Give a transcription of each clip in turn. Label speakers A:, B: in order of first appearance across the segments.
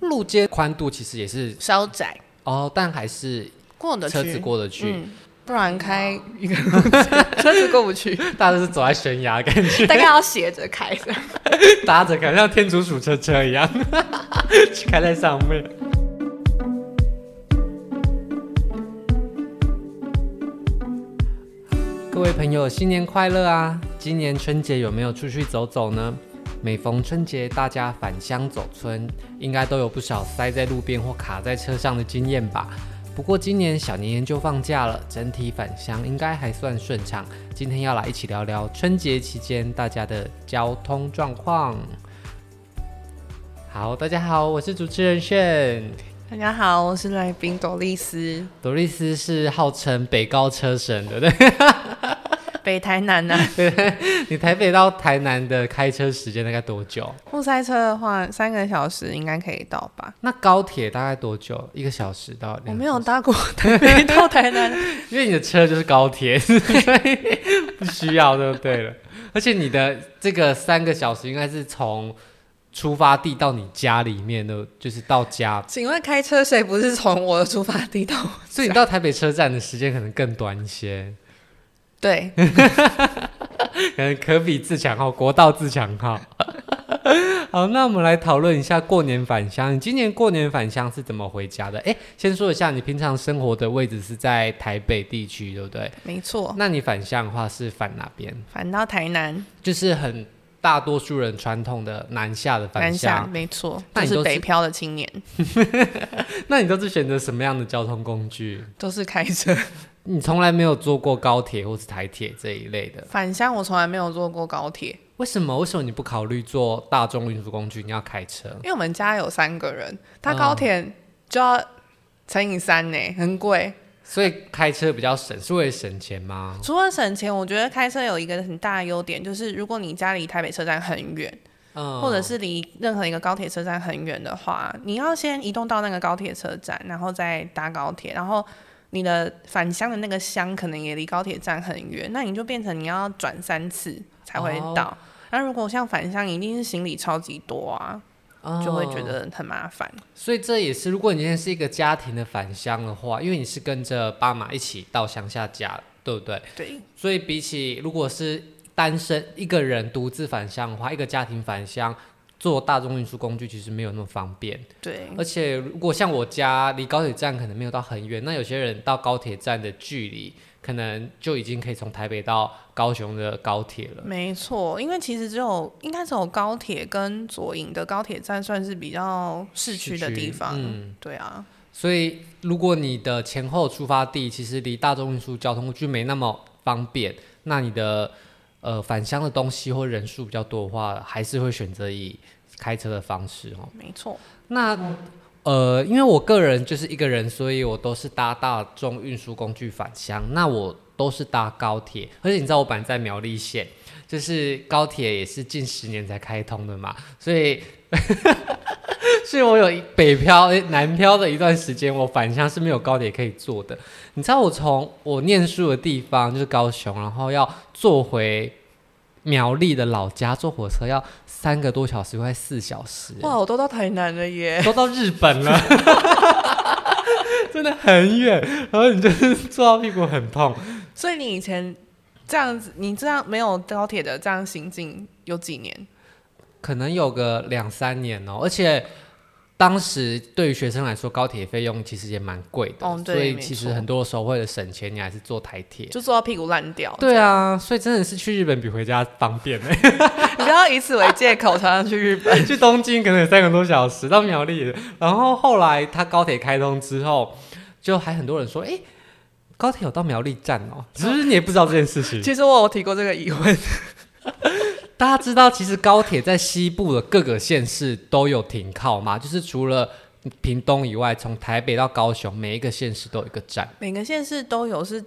A: 路肩宽度其实也是
B: 稍窄，
A: 哦，但还是
B: 过得去，
A: 车子过得去，
B: 嗯，不然开一 个路线车子过不去，
A: 大家都是走在悬崖，感觉
B: 大概要斜着开的。
A: 搭着，感觉像天竺鼠车车一样， 开在上面。各位朋友，新年快乐啊！今年春节有没有出去走走呢？每逢春节，大家返乡走村，应该都有不少塞在路边或卡在车上的经验吧。不过今年小年研究放假了，整体返乡应该还算顺畅。今天要来一起聊聊春节期间大家的交通状况。好，大家好，我是主持人炫。
B: 大家好，我是来宾朵丽丝，
A: 朵丽丝是号称北高车神的， 对，
B: 北台南呢、啊，
A: 你台北到台南的开车时间大概多久？
B: 不塞车的话，三个小时应该可以到吧？
A: 那高铁大概多久？一个小时到两？
B: 我没有，搭过台北到台南，
A: 因为你的车就是高铁， 所以不需要就对了。而且你的这个三个小时应该是从出发地到你家里面的，就是到家，
B: 请问开车谁不是从我的出发地到我家？
A: 所以你到台北车站的时间可能更短一些，
B: 对，
A: 可能可比自强号、国道自强号。 好，那我们来讨论一下过年返乡。你今年过年返乡是怎么回家的？哎、先说一下，你平常生活的位置是在台北地区，对不对？
B: 没错，
A: 那你返乡的话是返哪边？
B: 反到台南
A: 就是很大多数人传统的南下的返
B: 南下，
A: 乡。
B: 没错，
A: 那
B: 就
A: 你都
B: 是
A: 是
B: 北漂的青年，
A: 那你都是选择什么样的交通工具？
B: 都是开车
A: 你从来没有坐过高铁或是台铁这一类的，
B: 返乡。我从来没有坐过高铁，
A: 为什么？为什么你不考虑坐大众运输工具？你要开车？
B: 因为我们家有三个人，搭
A: 嗯
B: 高铁就要乘以三呢，很贵。
A: 所以开车比较省，是为了省钱吗？
B: 除了省钱，我觉得开车有一个很大的优点，就是如果你家离台北车站很远，
A: 嗯，
B: 或者是离任何一个高铁车站很远的话，你要先移动到那个高铁车站，然后再搭高铁，然后你的返乡的那个乡可能也离高铁站很远，那你就变成你要转三次才会
A: 哦
B: 到。那如果像返乡，一定是行李超级多啊，
A: 哦
B: 就会觉得很麻烦。
A: 所以这也是，如果你今天是一个家庭的返乡的话，因为你是跟着爸妈一起到乡下家，对不对？
B: 对，
A: 所以比起如果是单身一个人独自返乡的话，一个家庭返乡坐大众运输工具其实没有那么方便。
B: 对，
A: 而且如果像我家离高铁站可能没有到很远，那有些人到高铁站的距离可能就已经可以从台北到高雄的高铁了。
B: 没错，因为其实只有应该只有高铁跟左营的高铁站算是比较市区的地方。
A: 嗯，
B: 对啊，
A: 所以如果你的前后出发地其实离大众运输交通工具没那么方便，那你的呃返乡的东西或人数比较多的话，还是会选择以开车的方式哦。
B: 没错，
A: 那呃，因为我个人就是一个人，所以我都是搭大众运输工具返乡。那我都是搭高铁，而且你知道我本来在苗栗县，就是高铁也是近十年才开通的嘛，所以。 所以我有一北漂、诶南漂的一段时间，我返乡是没有高铁可以坐的。你知道我从我念书的地方就是高雄，然后要坐回苗栗的老家，坐火车要三个多小时，快四小时。欸
B: 哇，我都到台南了耶！
A: 都到日本了，真的很远，然后你就是坐到屁股很痛。
B: 所以你以前这样子，你这样没有高铁的这样行进有几年？
A: 可能有个两三年哦，而且当时对于学生来说，高铁费用其实也蛮贵的，
B: 哦对
A: 所以
B: 没
A: 其实
B: 错
A: 很多时候为了省钱，你还是坐台铁。
B: 就坐到屁股烂掉。
A: 对，啊，所以真的是去日本比回家方便呢、
B: 你不要以此为借口，常常去日 本。
A: 去东京可能有三个多小时，到苗栗也，然后后来它高铁开通之后，就还很多人说，哎、高铁有到苗栗站哦，只是你也不知道这件事情。
B: 其实我有提过这个疑问，
A: 大家知道，其实高铁在西部的各个县市都有停靠嘛，就是除了屏东以外，从台北到高雄，每一个县市都有一个站。
B: 每个县市都有，是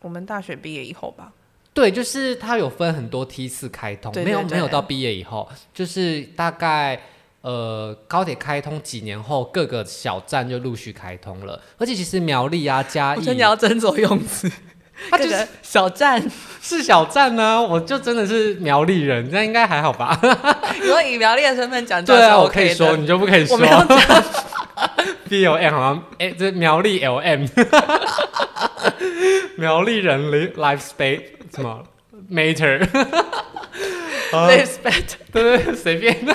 B: 我们大学毕业以后吧？
A: 对，就是它有分很多梯次开通，
B: 对
A: 没有
B: 对对
A: 没有到毕业以后，就是大概呃高铁开通几年后，各个小站就陆续开通了。而且其实苗栗啊、嘉
B: 我
A: 义
B: 觉得你要斟酌用词。
A: 他
B: 哦各
A: 就
B: 个
A: 是
B: 小站，
A: 是小站呢、我就真的是苗栗人，那应该还好吧？
B: 如果以苗栗的身份讲，
A: 对啊，我可
B: OK
A: 以
B: 的
A: 说，你就不可以
B: 我
A: 说
B: 没。有讲
A: B L M 好像哎、这苗栗 L M，苗栗人 li- life space 什么 matter，啊
B: respect，
A: 对对，随便 的。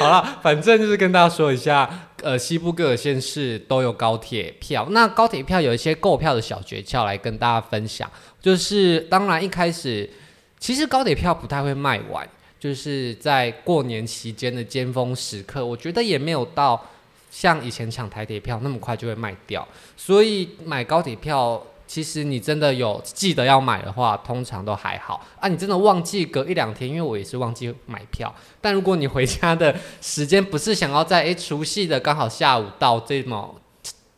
A: 好了，反正就是跟大家说一下，呃，西部各个县市都有高铁票。那高铁票有一些购票的小诀窍来跟大家分享，就是当然一开始其实高铁票不太会卖完，就是在过年期间的尖峰时刻，我觉得也没有到像以前抢台铁票那么快就会卖掉，所以买高铁票。其实你真的有记得要买的话，通常都还好啊。你真的忘记隔一两天，因为我也是忘记买票。但如果你回家的时间不是想要在诶除夕的刚好下午到这么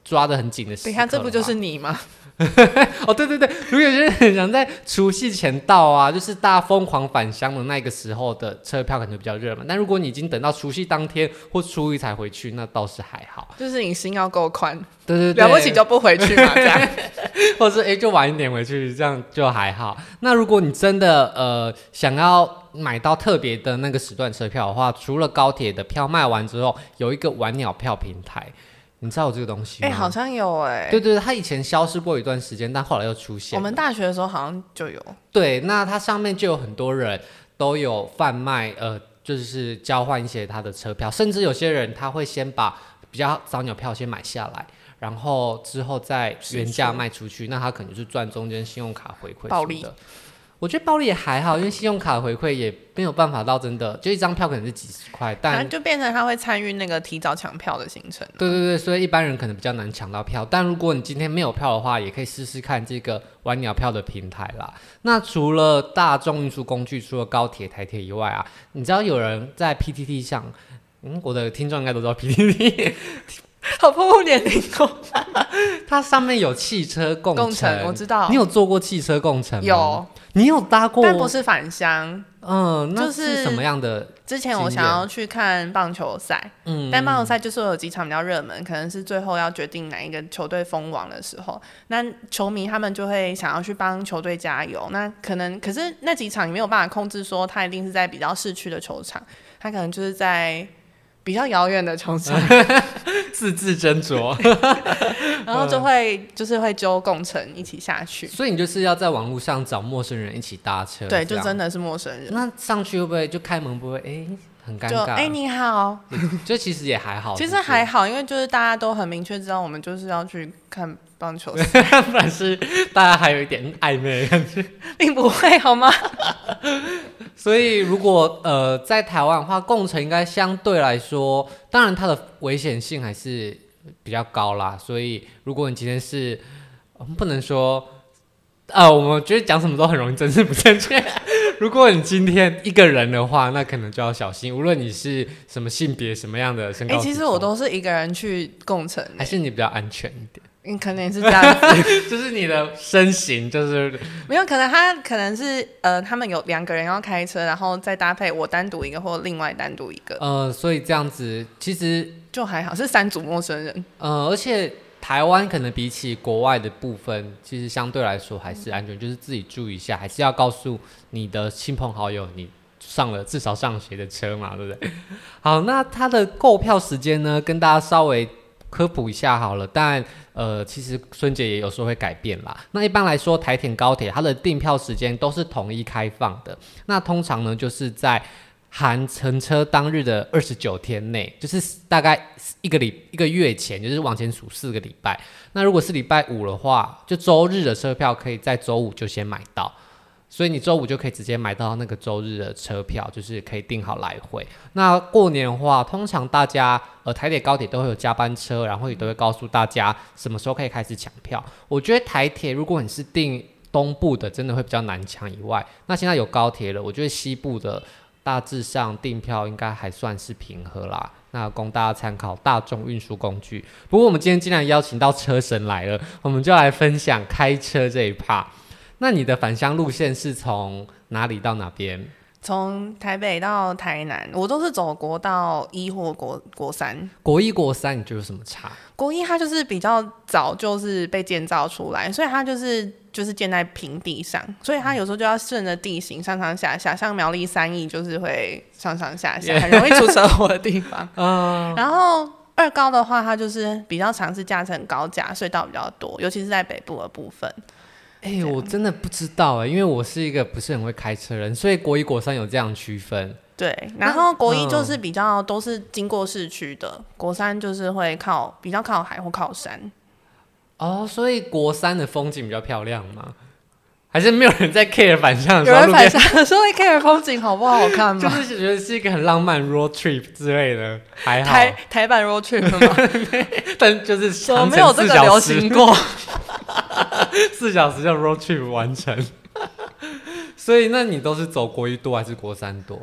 A: 抓的很紧的时刻的
B: 等一
A: 话，
B: 下这不就是你吗？
A: 哦，对对对，如果有些人很想在除夕前到啊， 就是大家疯狂返乡的那个时候的车票可能比较热门。但如果你已经等到除夕当天或初一才回去，那倒是还好。
B: 就是你心要够宽，
A: 对对对，
B: 了不起就不回去嘛，这样。
A: 或是诶，就晚一点回去，这样就还好。那如果你真的呃想要买到特别的那个时段车票的话，除了高铁的票卖完之后，有一个晚鸟票平台，你知道有这个东西吗？
B: 哎，好像有哎，
A: 对对对，它以前消失过一段时间，但后来又出现
B: 我
A: 了。
B: 们大学的时候好像就有，
A: 对，那它上面就有很多人都有贩卖，呃，就是交换一些他的车票，甚至有些人他会先把比较早鸟票先买下来，然后之后再原价卖出去，那他可能就是赚中间信用卡回馈
B: 暴
A: 什么
B: 利
A: 的。我觉得暴利也还好，因为信用卡回馈也没有办法到真的，就一张票可能是几十块，
B: 反
A: 但
B: 正就变成他会参与那个提早抢票的行程。
A: 对对对，所以一般人可能比较难抢到票，但如果你今天没有票的话，也可以试试看这个玩鸟票的平台啦。那除了大众运输工具，除了高铁、台铁以外啊，你知道有人在 PTT 上，嗯，我的听众应该都知道 PTT，
B: 好破破年龄哦，
A: 它上面有汽车共
B: 共乘我知道
A: 你有坐过汽车共乘吗？
B: 有，，
A: 你有搭过？
B: 但不是返乡。
A: 嗯，那
B: 就是
A: 是什么样 的？
B: 之前我
A: 经验
B: 想要去看棒球赛，
A: 嗯，
B: 但棒球赛就是有几场比较热门，可能是最后要决定哪一个球队封王的时候，那球迷他们就会想要去帮球队加油。那可能可是那几场你没有办法控制，说他一定是在比较市区的球场，他可能就是在比较遥远的 球场，
A: 字字斟酌。
B: 然后就会就是会揪共乘一起下去。
A: 所以你就是要在网络上找陌生人一起搭车，
B: 对，
A: 这
B: 就
A: 样
B: 真的是陌生人，
A: 那上去会不会就开门不会？哎、很尴
B: 就
A: 尬。
B: 哎、你好，
A: 就其实也还好，
B: 其
A: 是
B: 实
A: 不是
B: 还好，因为就是大家都很明确知道我们就是要去看棒球赛，
A: 不然是大家还有一点暧昧的感觉。
B: 并不会好吗？
A: 所以如果呃在台湾的话，共乘应该相对来说，当然它的危险性还是比较高啦。所以如果你今天是，我们不能说。呃，我们觉得讲什么都很容易政治不正确。 如果你今天一个人的话，那可能就要小心，无论你是什么性别、什么样的身
B: 哎、
A: 高体哎重、
B: 其实我都是一个人去共乘、
A: 还是你比较安全一点，
B: 嗯，可能也是这样子，
A: 就是你的身形就是
B: 没有，可能他可能是呃，他们有两个人要开车，然后再搭配我单独一个或另外单独一个，
A: 呃，所以这样子其实
B: 就还好，是三组陌生人。
A: 呃，而且台湾可能比起国外的部分，其实相对来说还是安全，就是自己注意一下，还是要告诉你的亲朋好友你。上了至少上学的车嘛，对不对？好，那它的购票时间呢，跟大家稍微科普一下好了。但呃，其实孙姐也有时候会改变啦。那一般来说，台铁、高铁它的订票时间都是统一开放的。那通常呢，就是在含乘车当日的二十九天内，就是大概一个礼一个月前，就是往前数四个礼拜。那如果是礼拜五的话，就周日的车票可以在周五就先买到，所以你周五就可以直接买到那个周日的车票，就是可以订好来回。那过年的话，通常大家呃台铁、高铁都会有加班车，然后也都会告诉大家什么时候可以开始抢票。我觉得台铁如果你是订东部的，真的会比较难抢以外，那现在有高铁了，我觉得西部的。大致上订票应该还算是平和啦，那供大家参考大众运输工具。不过我们今天既然邀请到车神来了，我们就来分享开车这一趴。那你的返乡路线是从哪里到哪边？
B: 从台北到台南，我都是走国道一或国国三。
A: 国一、国三你觉得有什么差？
B: 国一它就是比较早就是被建造出来，所以它就是就是建在平地上，所以它有时候就要顺着地形上上下下，像苗栗三义就是会上上下下，很容易出车祸的地 方。
A: 嗯
B: 然后二高的话，它就是比较尝试架成高架，隧道比较多，尤其是在北部的部分。
A: 哎、
B: 这样
A: 我真的不知道哎、因为我是一个不是很会开车人，所以国一、国三有这样区分。
B: 对，
A: 那嗯
B: 然后国一就是比较都是经过市区的，国三就是会靠比较靠海或靠山。
A: 哦，所以国三的风景比较漂亮吗？还是没有人在 care 反向的时
B: 有
A: 候，
B: 人
A: 路
B: 反
A: 边
B: 向说会 care 风景好不好看
A: 就
B: 吗？
A: 是觉得是一个很浪漫 road trip 之类的，还
B: 台
A: 好，
B: 台版 road trip 吗？
A: 但就是
B: 怎么
A: 长
B: 没有
A: 城
B: 这
A: 四
B: 个
A: 小
B: 流
A: 时
B: 行，过？
A: 四小时就 road trip 完成。 所以，那你都是走国一多还是国三多？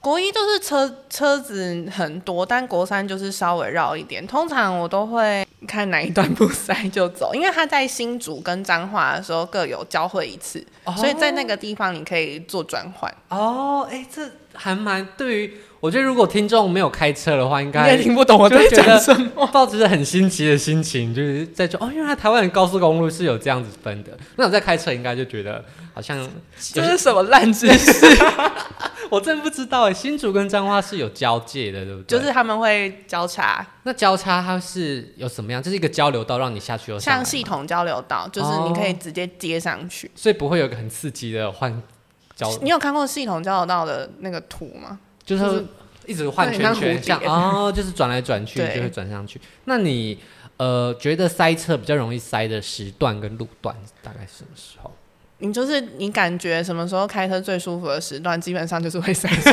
B: 国一就是车车子很多，但国三就是稍微绕一点。通常我都会看哪一段不塞就走，因为它在新竹跟彰化的时候各有交汇一次，所以在那个地方你可以做转换。
A: 哦，哎、这还蛮对于我觉得，如果听众没有开车的话，应
B: 你也
A: 该
B: 听不懂我
A: 就
B: 在
A: 会觉
B: 讲
A: 得
B: 什么。
A: 抱着很新奇的心情，就是在说哦，原来台湾的高速公路是有这样子分的。那我在开车应该就觉得好像有
B: 这
A: 些
B: 是什么烂知识？
A: 我真不知道哎，新竹跟彰化是有交界的，对不对？
B: 就是他们会交叉，
A: 那交叉它是有什么样？就是一个交流道，让你下去又上来
B: 像
A: 吗
B: 系，统交流道，就是你可以直接接上去。
A: 所以不会有一个很刺激的换交，
B: 你有看过系统交流道的那个图吗？
A: 就是
B: 就
A: 会
B: 是
A: 一直换圈圈，
B: 对
A: 像
B: 很像蝴蝶
A: 哦，就是转来转去
B: 对
A: 就会转上去。那你呃觉得塞车比较容易塞的时段跟路段大概什么时候？
B: 你就是你感觉什么时候开车最舒服的时段，基本上就是会塞车。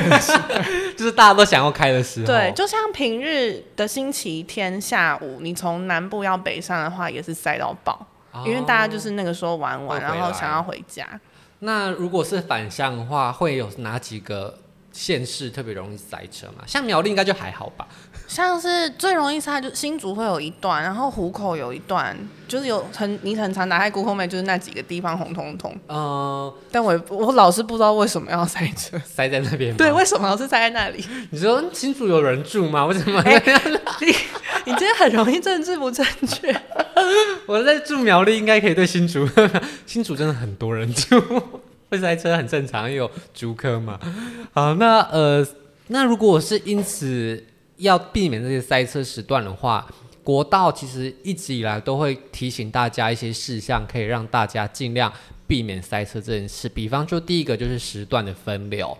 A: 就是大家都想要开的时候，
B: 对，就像平日的星期天下午，你从南部要北上的话，也是塞到爆，
A: 哦
B: 因为大家就是那个时候玩完，
A: 会回
B: 然后想要回家。
A: 那如果是反向的话，会有哪几个县市特别容易塞车嘛？像苗栗应该就还好吧？
B: 像是最容易塞，就新竹会有一段，然后湖口有一段，就是有很你很常打开 Google Map，就是那几个地方红彤彤。
A: 呃，
B: 但我也不我老是不知道为什么要塞车，
A: 塞在那边吗
B: 对，为什么要是塞在那里？
A: 你说新竹有人住吗？为什么？
B: 你真的很容易政治不正确。
A: 我在住苗栗，应该可以对新竹， 新竹真的很多人住， 会塞车很正常，因为有竹科嘛。好，那呃，那如果是因此要避免这些塞车时段的话，国道其实一直以来都会提醒大家一些事项，可以让大家尽量避免塞车这件事。比方说，第一个就是时段的分流。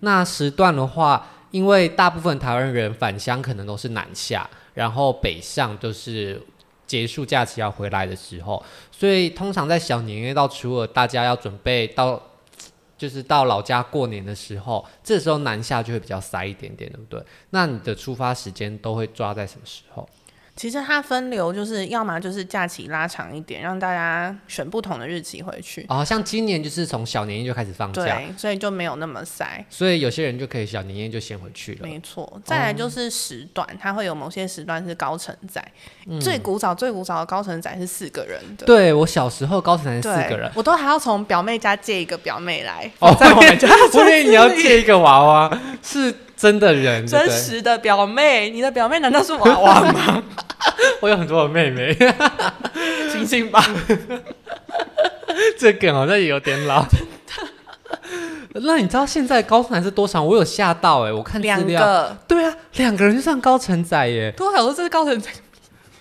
A: 那时段的话，因为大部分台湾人返乡可能都是南下，然后北上就是结束假期要回来的时候，所以通常在小年夜到初二，大家要准备到，就是到老家过年的时候，这时候南下就会比较塞一点点，对不对？那你的出发时间都会抓在什么时候？
B: 其实它分流就是，要么就是假期拉长一点，让大家选不同的日期回去。
A: 哦，像今年就是从小年夜就开始放假，
B: 对，所以就没有那么塞。
A: 所以有些人就可以小年夜就先回去了。
B: 没错，再来就是时段，它会有某些时段是高承载。最古早、最古早的高承载是四个人的，
A: 嗯对我小时候高才四
B: 对
A: 个人，
B: 我都还要从表妹家借一个表妹来
A: 哦
B: 放在我们家
A: 我以为你要
B: 车子里
A: 借一个娃娃，是真的人，对不
B: 真
A: 对
B: 实的表妹，你的表妹难道是娃娃 吗？
A: 我有很多的妹 妹，
B: 醒醒吧！
A: 这梗好像也有点老。那你知道现在高层是多少？我有吓到哎、我看资
B: 两
A: 料，
B: 个，
A: 对啊，两个人就算高承载耶。
B: 多少说这是高承载，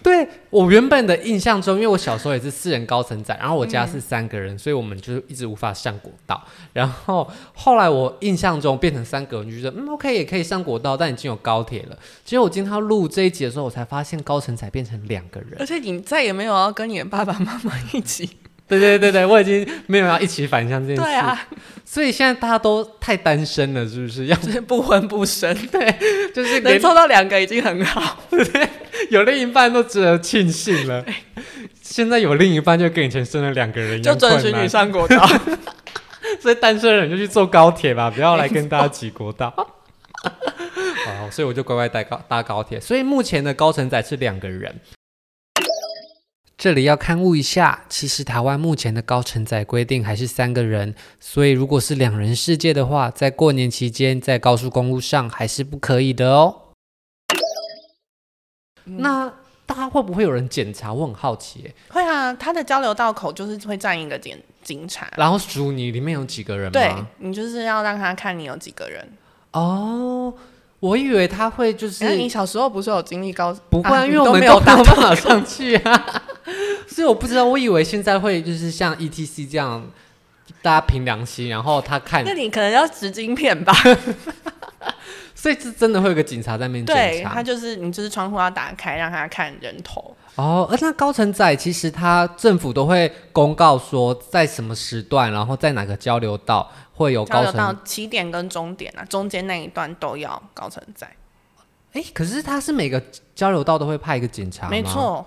A: 对我原本的印象中，因为我小时候也是四人高承载，然后我家是三个人，所以我们就一直无法上国道。然后后来我印象中变成三个人，就觉得嗯 OK 也可以上国道，但已经有高铁了。结果我今天要录这一集的时候，我才发现高承载变成两个人。
B: 而且你再也没有要跟你的爸爸妈妈一起。
A: 对对对对，我已经没有要一起返乡这件事。
B: 对啊，
A: 所以现在大家都太单身了，是 不 是？要
B: 就是不婚不生，
A: 就是
B: 能
A: 连
B: 凑到两个已经很好。
A: 有另一半都值得庆幸了。现在有另一半就跟以前生了两个人一
B: 就
A: 样
B: 准
A: 困
B: 许你
A: 难，
B: 上 国道。
A: 所以单身的人就去坐高铁吧，不要来跟大家挤国道。哦，所以我就乖乖搭高搭高铁。所以目前的高承载是两个人。这里要刊物一下，其实台湾目前的高承载规定还是三个人，所以如果是两人世界的话，在过年期间在高速公路上还是不可以的哦。那大家会不会有人检查？我很好奇耶、
B: 会啊，他的交流道口就是会站一个警 警察，
A: 然后数你里面有几个人吗？
B: 对你就是要让他看你有几个人。
A: 哦，我以为他会就是
B: 哎、你小时候不是有经历高？
A: 不会、
B: 啊
A: 因为我
B: 你都
A: 们
B: 没
A: 没
B: 有
A: 有
B: 打
A: 办法上去啊， 所以我不知道，我以为现在会就是像 E T C 这样，大家凭良心，然后他看
B: 那，你可能要纸巾片吧？
A: 所以是真的会有个警察在那边
B: 对，
A: 检
B: 他
A: 查。
B: 就是你就是窗户要打开，让他看人头。
A: 哦，而那高层仔其实他政府都会公告说在什么时段，然后在哪个交流道会有
B: 交
A: 高
B: 流到
A: 层。
B: 起点跟终点啊，中间那一段都要高承载，
A: 哎，可是他是每个交流道都会派一个警察，
B: 没。错。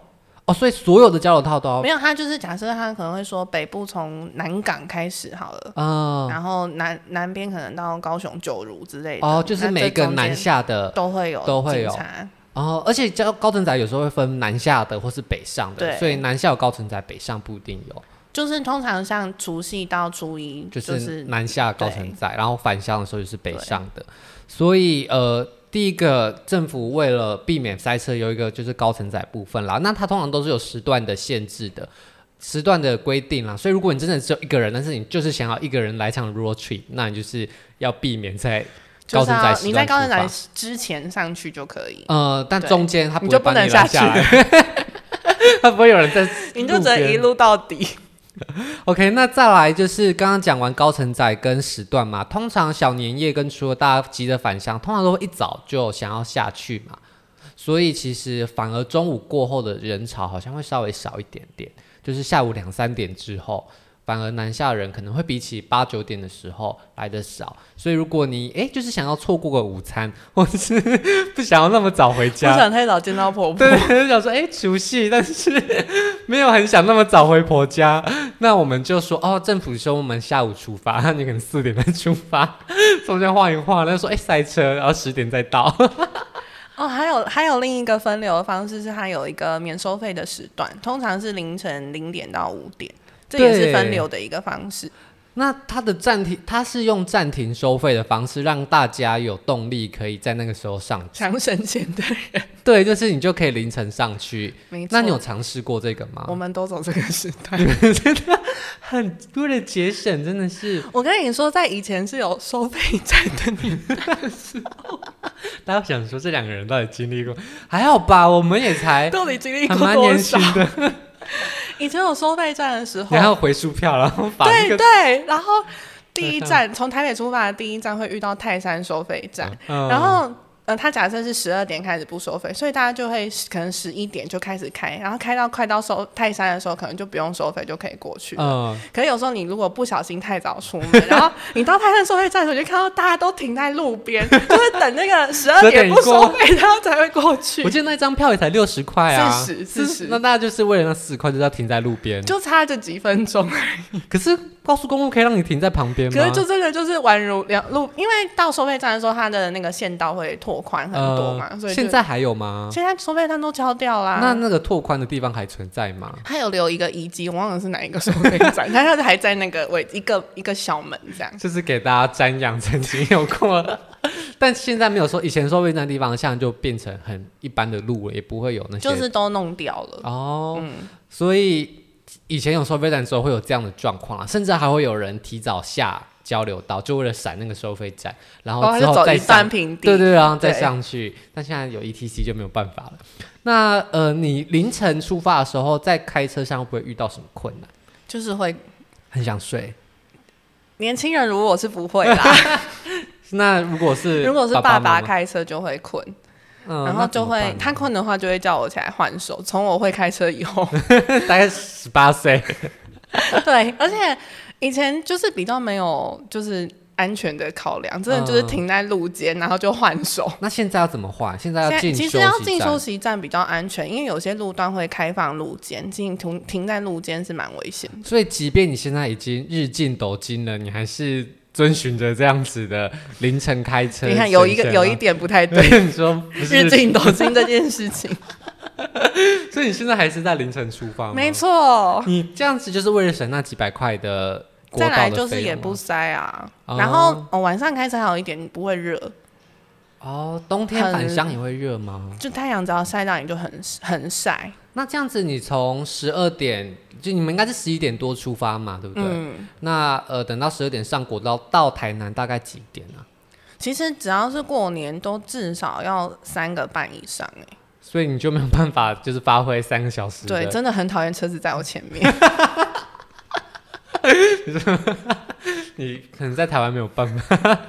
A: 哦，所以所有的交流道都要
B: 没有，他就是假设他可能会说北部从南港开始好了，
A: 啊、
B: 然后南南边可能到高雄九如之类的。
A: 哦，就是
B: 那
A: 每一
B: 这
A: 个
B: 中
A: 南
B: 间
A: 下的
B: 都会有
A: 都会有
B: 警察
A: 哦，而且交高层仔有时候会分南下的或是北上的，
B: 对
A: 所以南下有高层仔，北上不一定有，
B: 就是通常像除夕到初一，
A: 就
B: 就是
A: 是嗯南下高层仔，然后返乡的时候就是北上的。所以呃，第一个政府为了避免塞车，有一个就是高层仔部分啦，那它通常都是有时段的限制的。时段的规定啦，所以如果你真的只有一个人，但是你就是想要一个人来场 road trip，那你就是要避免在
B: 就
A: 高
B: 是
A: 层仔
B: 要
A: 时段
B: 你在高
A: 出
B: 承
A: 发
B: 载之前上去就可以，
A: 呃，但
B: 对
A: 中间他
B: 你
A: 不会
B: 就不
A: 把
B: 能
A: 你
B: 下
A: 拦下来， 他不会有人在
B: 你就只能
A: 边
B: 一路到底。
A: OK，那再来就是刚刚讲完高承载跟时段嘛，通常小年夜跟除了大家急着返乡，通常都会一早就想要下去嘛，所以其实反而中午过后的人潮好像会稍微少一点点，就是下午两三点之后，反而南下人可能会比起八九点的时候来的少，所以如果你诶就是想要错过个午餐，或是 不想要那么早回
B: 不
A: 家，
B: 想太早见到婆婆，
A: 对，就想说哎、诶除夕，但是 没有很想那么早回婆家，那我们就说哦，政府说我们下午出发，那你可能四点再出发，中间晃一晃，他说哎、诶塞车，然后十点再到。
B: 哦，还有还有另一个分流的方式是，它有一个免收费的时段，通常是凌晨零点到五点，这也是
A: 对
B: 分流的一个方式。
A: 那它的暂停，它是用暂停收费的方式，让大家有动力可以在那个时候上。
B: 想省钱的人，
A: 对，就是你就可以凌晨上去。
B: 没错。
A: 那你有尝试过这个吗
B: 我？们都走这个时 段。
A: 很为了节省，真的是
B: 我跟你说，在以前是有收费站的年代，
A: 大家想说这两个人到底经历过？还好吧，我们也 才
B: 到底经历过
A: 哎还蛮
B: 多
A: 年
B: 少
A: 轻？的。
B: 以前有收费站的时候
A: 然，后回数票，然后把那
B: 哦对
A: 个
B: 对，然后第一站从台北出发的第一站会遇到泰山收费站，
A: 嗯
B: 然后。呃，他假设是十二点开始不收费，所以大家就会可能十一点就开始开，然后开到快到收泰山的时候，可能就不用收费就可以过去。
A: 嗯，
B: 可是有时候你如果不小心太早出 门，然后你到泰山收费站的时候，你就看到大家都停在路 边，就是等那个十二点
A: 12
B: 不
A: 过
B: 收费，然后才会过去
A: 我。记得那张票也才六十块啊，
B: 40 40
A: 那大家就是为了那四十块，就是要停在路边。
B: 就差这几分钟，
A: 可是高速公路可以让你停在旁边吗？
B: 可是就这个就是宛如两路，因为到收费站的时候，它的那个线道会拓宽很多嘛，
A: 呃
B: 所以就
A: 现在还有吗？
B: 现在收啊费站都敲掉啦。
A: 那那个拓宽的地方还存在吗？
B: 它有留一个遗迹，我忘了是哪一个收费站， 但它还在那个位一个一个小门这样。
A: 就是给大家瞻仰曾经有过， 但现在没有说以前收费站的地方，现在就变成很一般的路了，也不会有那些
B: 就是都弄掉了，
A: 哦，所以以前有收费站的时候会有这样的状况啊，甚至还会有人提早下交流道，就为了闪那个收费站，然
B: 然后
A: 后
B: 哦它
A: 之
B: 就
A: 后
B: 走
A: 再
B: 一
A: 上，
B: 段平地。
A: 对对，然后再
B: 对
A: 上去。但现在有 ETC 就没有办法了。那呃，你凌晨出发的时候，在开车上会不会遇到什么困难？
B: 就是会
A: 很想睡。
B: 年轻人如果我是不会 啦，
A: 那如果是
B: 如果是
A: 爸
B: 爸爸
A: 妈妈，
B: 开车就会困，
A: 嗯、
B: 然后就会他困的话就会叫我起来换手。从我会开车以后，
A: 他 大概十八岁，
B: 对，而且以前就是比较没有就是安全的考量，真的就是
A: 嗯
B: 停在路肩，然后就换手。
A: 那现在要怎么换？现在
B: 现
A: 要
B: 在
A: 进
B: 其
A: 休
B: 实要
A: 息
B: 进
A: 站
B: 休息站比较安全，因为有些路段会开放路肩，进停停在路肩是蛮危险的。
A: 所以，即便你现在已经日进斗金了，你还是遵循着这样子的凌晨开车。啊
B: 你看有一个有一，点不太对，
A: 对你说不是
B: 日进斗金这件事情，
A: 所以你现在还是在凌晨出发吗？
B: 没，错，
A: 你这样子就是为了省那几百块的国
B: 再
A: 道
B: 来
A: 的
B: 就是
A: 费
B: 也
A: 用
B: 不
A: 吗
B: 塞啊。
A: 哦
B: 然后、哦、晚上开车好一点，不会热，
A: 哦，冬天
B: 很
A: 返乡也会热吗？
B: 就太阳只要晒到你就很很晒。
A: 那这样子，你从十二点，就你们应该是十一点多出发嘛，对不对？
B: 嗯，
A: 那呃，等到十二点上国道到台南大概几点啊？
B: 其实只要是过年，都至少要三个半以上哎、
A: 所以你就没有办法就是发挥三个小时的。
B: 对，真的很讨厌车子在我前 面。
A: 你可能在台湾没有办法。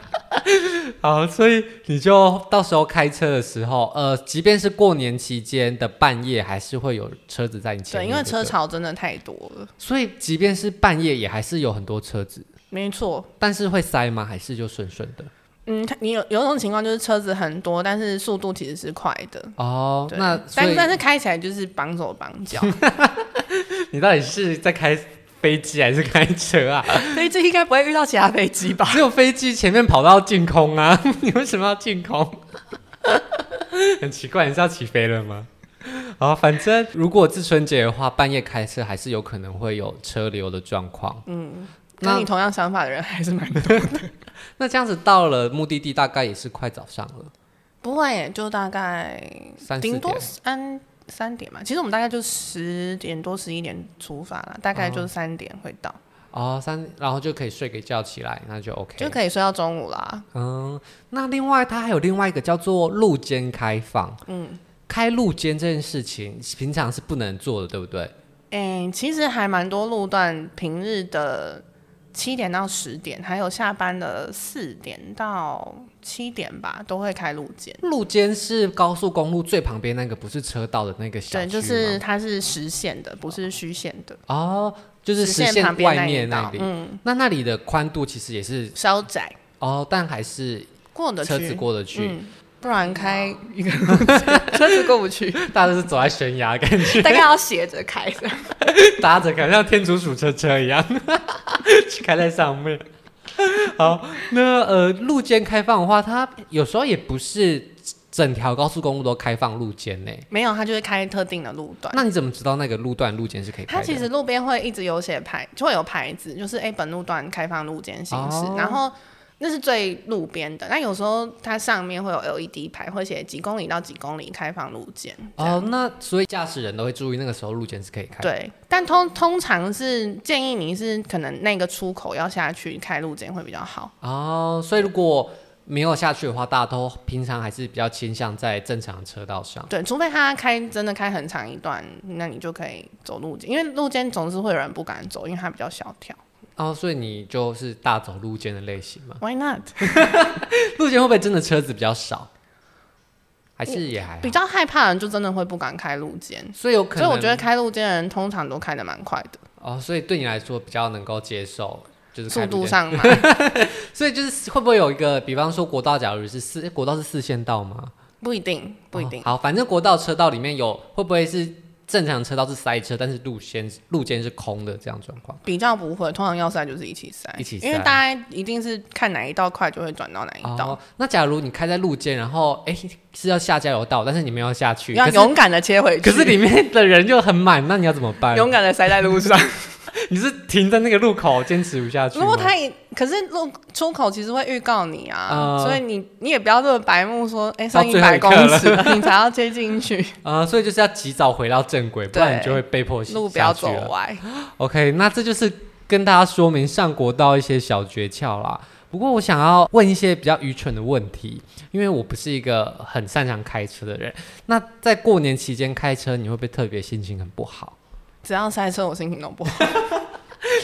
A: 好，所以你就到时候开车的时候，呃，即便是过年期间的半夜，还是会有车子在你前
B: 对，
A: 面。
B: 因为车
A: 不，
B: 潮真的太多了。
A: 所以即便是半夜，也还是有很多车子，
B: 没错，
A: 但是会塞吗？还是就顺顺的？
B: 嗯，它你有有一种情况就是车子很多，但是速度其实是快的。
A: 哦，
B: 对，
A: 那所
B: 但
A: 以
B: 但是开起来就是绑手绑脚，
A: 你到底是在开飞机还是开车啊？
B: 飞机应该不会遇到其他飞 机吧？
A: 只有飞机前面跑到净空啊， 你为什么要净空？ 很奇怪，你是要起飞了吗？好，反正如果是春节的话，半夜开车还是有可能会有车流的状况。那
B: 跟你同样想法的人还是蛮多。
A: 那这样子到了目的地，大概也是快早上了，
B: 不会耶，就大概
A: 三四
B: 顶多
A: 点。
B: 三三点嘛。其实我们大概就十点多十一点出发啦，大概就是三点会到，
A: 哦，三，然后就可以睡个觉起来，那就 OK。
B: 就可以睡到中午啦。
A: 嗯，那另外它还有另外一个叫做路肩开放，嗯，开路肩这件事情平常是不能做的，对不对？
B: 哎、其实还蛮多路段，平日的七点到十点，还有下班的四点到七点吧，都会开路肩。
A: 路肩是高速公路最旁边那个，不是车道的那个小
B: 对，
A: 区
B: 就
A: 吗
B: 是它是实线的，不是虚线的，
A: 哦，就是实
B: 线旁
A: 线
B: 边
A: 外
B: 那一
A: 面
B: 道
A: 那，里，
B: 嗯，
A: 那那里的宽度其实也是
B: 稍窄
A: 哦，但还是
B: 过得
A: 车子
B: 去，
A: 过得去，嗯
B: 嗯，不然开一个路 肩车子过不去，
A: 大家都是走在悬崖，感觉
B: 大概要斜着开 的。
A: 搭着，可能像天竺鼠车车一样， 开在上面。好，那呃，路肩开放的话，它有时候也不是整条高速公路都开放路肩呢。
B: 没有，它就会开特定的路段。
A: 那你怎么知道那个路段路肩是可以开
B: 它
A: 的？
B: 其实路边会一直有写牌，就会有牌子，就是哎、诶本路段开放路肩行驶，
A: 哦
B: 然后那是最路边的。那有时候它上面会有 LED 牌，会写几公里到几公里开放路肩。
A: 哦，那所以驾驶人都会注意那个时候路肩是可以开的。
B: 对，但通通常是建议你是可能那个出口要下去开路肩会比较好。
A: 哦，所以如果没有下去的话，大家都平常还是比较倾向在正常车道上。
B: 对，除非它开真的开很长一段，那你就可以走路肩，因为路肩总是会有人不敢走，因为它比较小条。
A: 哦，所以你就是大走路肩的类型嘛？
B: Why not？
A: 路肩会不会真的车子比较少？还是也还好
B: 比较害怕的人就真的会不敢开路肩。
A: 所以有可
B: 所以
A: 能，
B: 我觉得开路肩的人通常都开的蛮快的，
A: 哦，所以对你来说比较能够接受，就是
B: 速
A: 开路
B: 度
A: 肩。
B: 上嘛。
A: 所以就是会不会有一个，比方说国道，假如是四诶国道是四线道吗？
B: 不一定，不一定
A: 哦。好，反正国道车道里面有会不会是正常车道是塞车，但是路线路肩是空的这样状况？
B: 比较不会，通常要塞就是一起塞，
A: 一起塞
B: 因为大家一定是看哪一道快就会转到哪一道
A: 哦，，那假如你开在路肩，然后哎是要下加油道，但是你没有下去，
B: 要
A: 可是
B: 勇敢的切回去。
A: 可是里面的人就很满，那你要怎么办？
B: 勇敢的塞在 路上，
A: 你是停在那个路口坚持不下去
B: 如
A: 吗？
B: 果他也可是路出口其实会预告你啊，
A: 嗯
B: 所以你你也不要这么白目说，哎、
A: 到
B: 剩一
A: 最后
B: 百
A: 一刻
B: 公
A: 了
B: 尺了， 你才要接进去，
A: 呃，所以就是要及早回到正轨， 不然
B: 对
A: 你就会被迫
B: 路不
A: 下
B: 要
A: 去
B: 走
A: 了
B: 歪。
A: OK，那这就是跟大家说明上国道一些小诀窍啦。不过我想要问一些比较愚蠢的问题，因为我不是一个很擅长开车的人。那在过年期间开车，你会不会特别心情很不好？
B: 只要塞车，我心情都不好。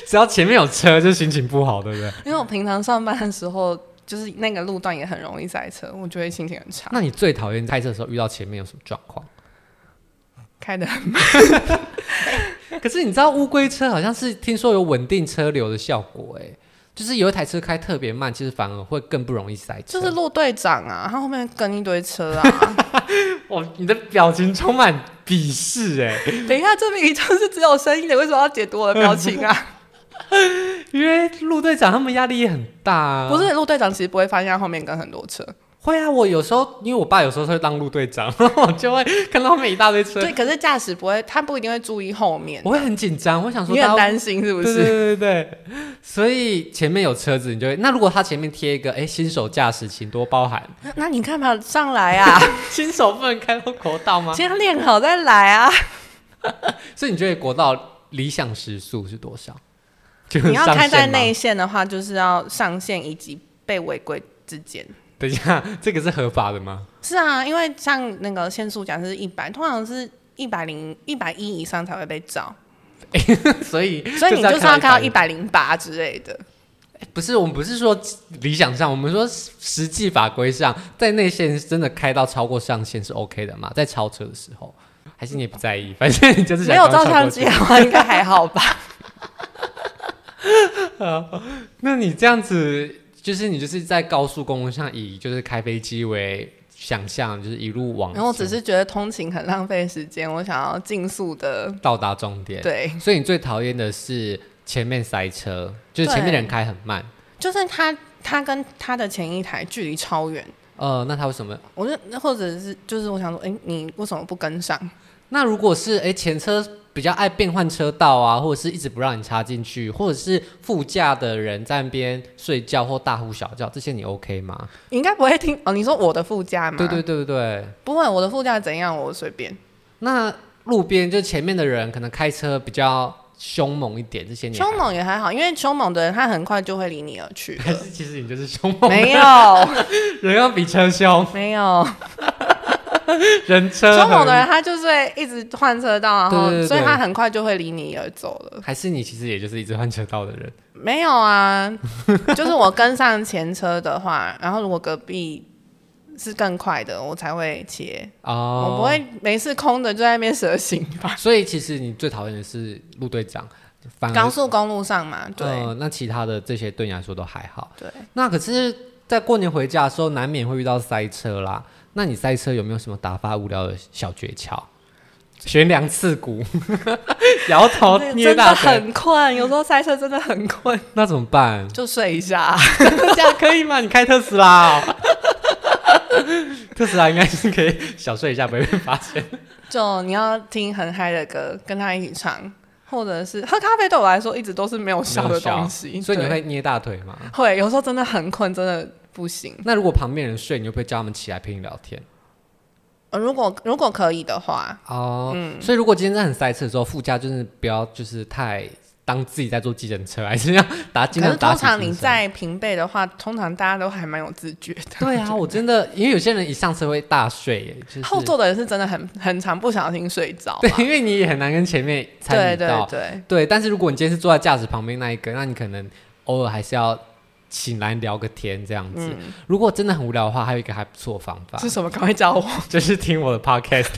A: 只要前面有车，就心情不好，对不对？
B: 因为我平常上班的时候，就是那个路段也很容易塞车，我就会心情很差，
A: 那你最讨厌开车的时候遇到前面有什么状况？
B: 开的
A: 可是你知道乌龟车好像是听说有稳定车流的效果、欸，就是有一台车开特别慢，其实反而会更不容易塞车。
B: 就是路队长啊，他后面跟一堆车啊。
A: 哇，你的表情充满鄙视、欸，
B: 等一下，这明明就是只有声音的，为什么要解读我的表情啊？
A: 因为陆队长他们压力也很大、啊，
B: 不是，路队长其实不会发现他后面跟很多车，
A: 会啊，我有时候因为我爸有时候会当路队长， 然后我就会看到他们一大堆车，
B: 对，可是驾驶不会，他不一定会注意后面
A: 我，会很紧张，我想说
B: 你
A: 大
B: 很
A: 家
B: 担心是不
A: 对
B: 是？
A: 对对对对，所以前面有车子，你就会那如果他前面贴一个哎新手驾驶请多包涵，
B: 那你干嘛上来啊？
A: 新手不能开到国道吗？
B: 先练好再来啊！
A: 所以你觉得国道理想时速是多少？就是
B: 你要
A: 上
B: 开在
A: 限吗
B: 内线的话，就是要上线以及被违规之间。
A: 等一下， 这个是合法的吗？
B: 是啊，因为像那个限速奖是一百，通常是一百零一百一以上才会被照，
A: 所 以，
B: 所以你就是要开到
A: 看
B: 一百零八之类的。
A: 不是，我们不是说理想上，我们说实际法规上，在内线真的开到超过上限是 OK 的嘛？在超车的时候，还是你也不在意，反正你就是
B: 没
A: 想
B: 有
A: 赶快
B: 照
A: 超过
B: 相机的话，应该还好吧？
A: 去。那你这样子，就是你就是在高速公路上以就是开飞机为想象，就是一路往前，
B: 然后我只是觉得通勤很浪费时间，我想要尽速的
A: 到达终点。，
B: 对，
A: 所以你最讨厌的是前面塞车，就是前面
B: 对
A: 人开很慢。
B: 就是他他跟他的前一台距离超远，
A: 呃，那他为什么？
B: 我就或者是就是我想说，哎、你为什么不跟上？
A: 那如果是诶前车比较爱变换车道啊，或者是一直不让你插进去，或者是副驾的人在那边睡觉或大呼小叫，这些你 OK 吗？
B: 你应该不会听哦。你说我的副驾吗？
A: 对对，对对对。
B: 不会，我的副驾怎样我随便。
A: 那路边就前面的人可能开车比较凶猛一点，这些你还。
B: 凶猛也还好，因为凶猛的人他很快就会离你而去
A: 还 是其实你就是凶猛，
B: 没有，
A: 人要比车凶，
B: 没有，
A: 人车
B: 凶猛
A: 很
B: 的人他就是会一直换车道，然后
A: 对对对
B: 所以他很快就会离你而走了。
A: 还是你其实也就是一直换车道的人。
B: 没有啊， 就是我跟上前车的话，然后如果隔壁是更快的，我才会切。
A: 哦，
B: 我不会没事空的就在那边蛇行 吧？
A: 所以其实你最讨厌的是陆队长，反而
B: 高速公路上嘛，对、
A: 呃，那其他的这些对你来说都还好。
B: 对。
A: 那可是，在过年回家的时候，难免会遇到塞车啦。那你塞车有没有什么打发无聊的小诀窍？悬梁刺股， 摇头捏
B: 真的
A: 哦大腿，
B: 很困，有时候塞车真的很困，
A: 那怎么办？
B: 就睡一下。
A: 这样可以吗？你开特斯拉、哦， 特斯拉应该是可以小睡一下，不会被发现。
B: 就你要听很嗨的歌，跟他一起唱，或者是喝咖啡，对我来说一直都是没有效的东西。
A: 所以你
B: 对
A: 会捏大腿吗？
B: 会有时候真的很困，真的不行。
A: 那如果旁边人睡，你会不会叫他们起来陪你聊天？
B: 呃如果如果可以的话，
A: 哦，
B: 嗯
A: 所以如果今天真的很塞车的时候，副驾就是不要就是太当自己在坐计程车，还是要打尽
B: 可
A: 量
B: 是
A: 打
B: 通
A: 起
B: 常
A: 精
B: 你
A: 神
B: 在平辈的话，通常大家都还蛮有自觉的。
A: 对啊，我真的因为有些人一上车会大睡耶，就是
B: 后座的人是真的很很常不小心睡 着
A: 对
B: 吧。，
A: 因为你也很难跟前面参
B: 对
A: 与
B: 对
A: 到
B: 对，
A: 对但是如果你今天是坐在驾驶旁边那一个，那你可能偶尔还是要醒来聊个天这样子。如果真的很无聊的话，还有一个还不错的方法，
B: 嗯是什么？赶快教我！
A: 就是听我的 podcast。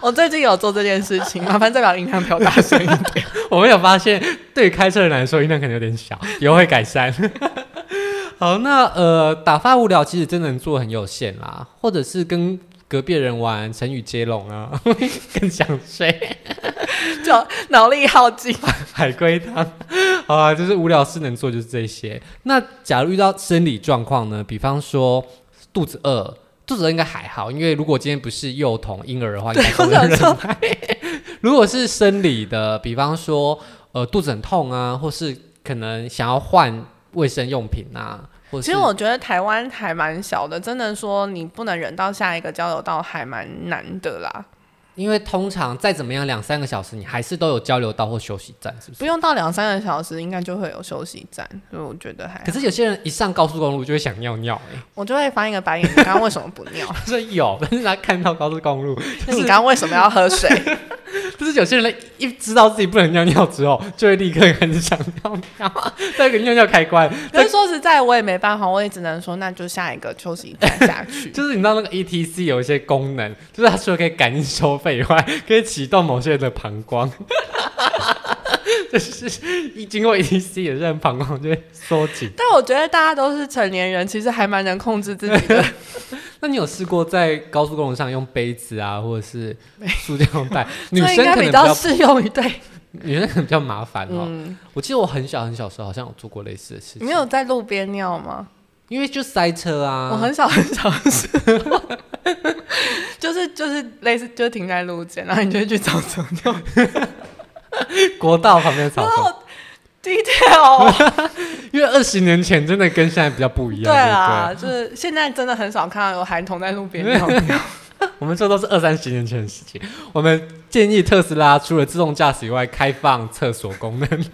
B: 我最近有做这件事情，麻烦再把音量调大声一点。
A: 我没有发现，对于开车人来说，音量可能有点小，以后会改善。 好，那呃，打发无聊其实真的能做得很有限啦，或者是跟隔壁人玩成语接龙啊， 更想睡
B: 就脑力耗尽。
A: 海龟汤。好啊，就是无聊事能做就是这些。那假如遇到生理状况呢？比方说肚子饿，肚子饿应该还好，因为如果今天不是幼童婴儿的话，应
B: 对
A: 该，
B: 我
A: 不会
B: 想
A: 忍
B: 说，
A: 如果是生理的，比方说呃肚子很痛啊，或是可能想要换卫生用品啊，或是
B: 其实我觉得台湾还蛮小的，真的说你不能忍到下一个交流道还蛮难的啦。
A: 因为通常再怎么样两三个小时，你还是都有交流道或休息站，是不是？
B: 不用到两三个小时，应该就会有休息站，所以我觉得还
A: 可是有些人一上高速公路就会想尿尿、 欸，
B: 我就会翻一个白眼，你刚刚为什么不 尿？
A: 他说有，但是他看到高速公路，
B: 那你刚刚为什么要喝水？
A: 就是有些人一知道自己不能尿尿之后， 就会立刻开始想尿尿， 那个尿尿开关，
B: 可是说实在，我也没办法，我也只能说，那就下一个休息站下 去。
A: 就是你知道那个 E T C 有一些功能，就是它除了可以感应收费以外， 可以启动某些人的膀胱， 就是一经过 E T C 有些人膀胱就会缩紧。
B: 但我觉得大家都是成年人，其实还蛮能控制自己的。
A: 那你有试过在高速公路上用杯子啊，或者是塑胶袋？ 女
B: 这
A: 生
B: 应该
A: 可能
B: 比
A: 比
B: 较
A: 较，
B: 适用 于对。
A: 女生可能比较麻烦哦。
B: 嗯，
A: 我记得我很小很小时候好像有做过类似的事情，
B: 你有在路边尿吗？
A: 因为就塞车啊。
B: 我很少很少 是，就是就是类似就是停在路肩，然后你就会去找车 尿。
A: 国道旁边的草
B: 然
A: 丛，
B: 后 detail，
A: 因为二十年前真的跟现在比较不一样。
B: 对
A: 对
B: 啊，
A: 啊，
B: 就是现在真的很少看到有孩童在路边尿尿。
A: 我们这都是二三十年前的事情。我们建议特斯拉除了自动驾驶以外，开放厕所功能，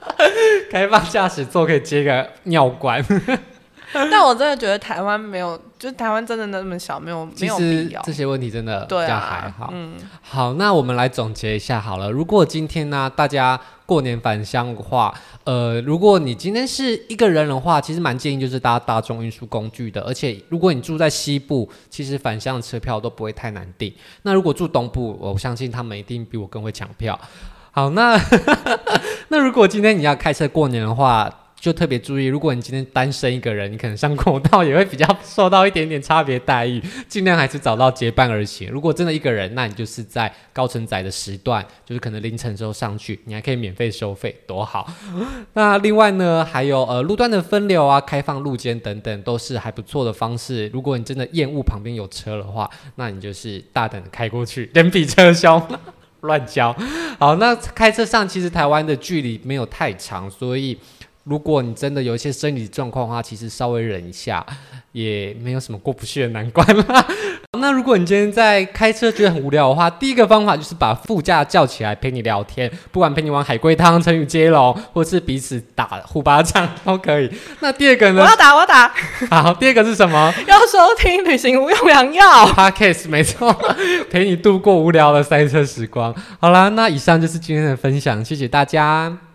A: 开放驾驶座可以接个尿管。
B: 但我真的觉得台湾没有，就是台湾真的那么小，没有没
A: 其
B: 有必
A: 实
B: 要
A: 这。些问题真的比
B: 对
A: 较
B: 啊，
A: 还好。
B: 嗯，
A: 好，那我们来总结一下好了。如果今天呢、大家过年返乡的话，呃，如果你今天是一个人的话，其实蛮建议就是搭大众运输工具的。而且，如果你住在西部，其实返乡的车票都不会太难订。那如果住东部，我相信他们一定比我更会抢票。好，那 那如果今天你要开车过年的话，就特别注意，如果你今天单身一个人，你可能上国道也会比较受到一点点差别待遇。尽量还是找到结伴而行。如果真的一个人，那你就是在高承载的时段，就是可能凌晨的时候上去，你还可以免费收费，多好。 那另外呢，还有呃路段的分流啊、开放路肩等等，都是还不错的方式。如果你真的厌恶旁边有车的话，那你就是大胆的开过去， 人比车凶。乱教，好，那开车上其实台湾的距离没有太长，所以如果你真的有一些生理状况的话，其实稍微忍一下，也没有什么过不去的难关啦。 那如果你今天在开车觉得很无聊的话，第一个方法就是把副驾叫起来陪你聊天，不管陪你玩海龟汤、成语接龙，或是彼此打呼巴掌都可以。那第二个
B: 我
A: 呢？
B: 要打，我要打，
A: 好，第二个是什么
B: 要收听旅行无用良药。
A: ？Podcast 没错，陪你度过无聊的塞车时光。好啦，那以上就是今天的分享，谢谢大家。